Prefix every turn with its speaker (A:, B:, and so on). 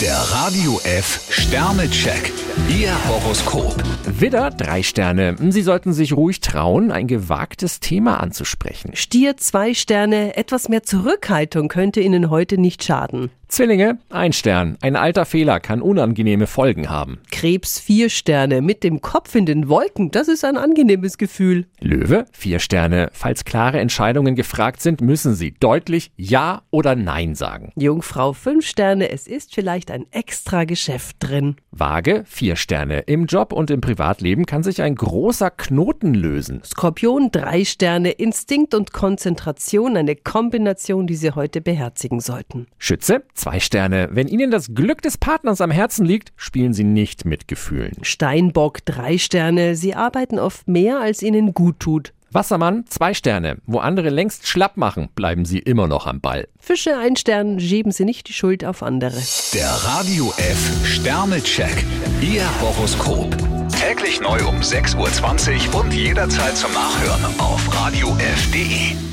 A: Der Radio F Sternecheck. Ihr Horoskop.
B: Widder, drei Sterne. Sie sollten sich ruhig trauen, ein gewagtes Thema anzusprechen.
C: Stier zwei Sterne, etwas mehr Zurückhaltung könnte Ihnen heute nicht schaden.
B: Zwillinge, ein Stern. Ein alter Fehler kann unangenehme Folgen haben.
C: Krebs vier Sterne, mit dem Kopf in den Wolken, das ist ein angenehmes Gefühl.
B: Löwe, vier Sterne. Falls klare Entscheidungen gefragt sind, müssen Sie deutlich Ja oder Nein sagen.
C: Jungfrau fünf Sterne, es ist vielleicht ein extra Geschäft drin.
B: Waage, vier Sterne. Im Job und im Privatleben kann sich ein großer Knoten lösen.
C: Skorpion drei Sterne, Instinkt und Konzentration, eine Kombination, die Sie heute beherzigen sollten.
B: Schütze, zwei Sterne. Wenn Ihnen das Glück des Partners am Herzen liegt, spielen Sie nicht mit Gefühlen.
C: Steinbock drei Sterne, Sie arbeiten oft mehr, als Ihnen gut tut.
B: Wassermann, zwei Sterne. Wo andere längst schlapp machen, bleiben Sie immer noch am Ball.
C: Fische ein Stern, schieben Sie nicht die Schuld auf andere.
A: Der Radio F Sternecheck. Ihr Horoskop. Täglich neu um 6.20 Uhr und jederzeit zum Nachhören auf Radio radiof.de.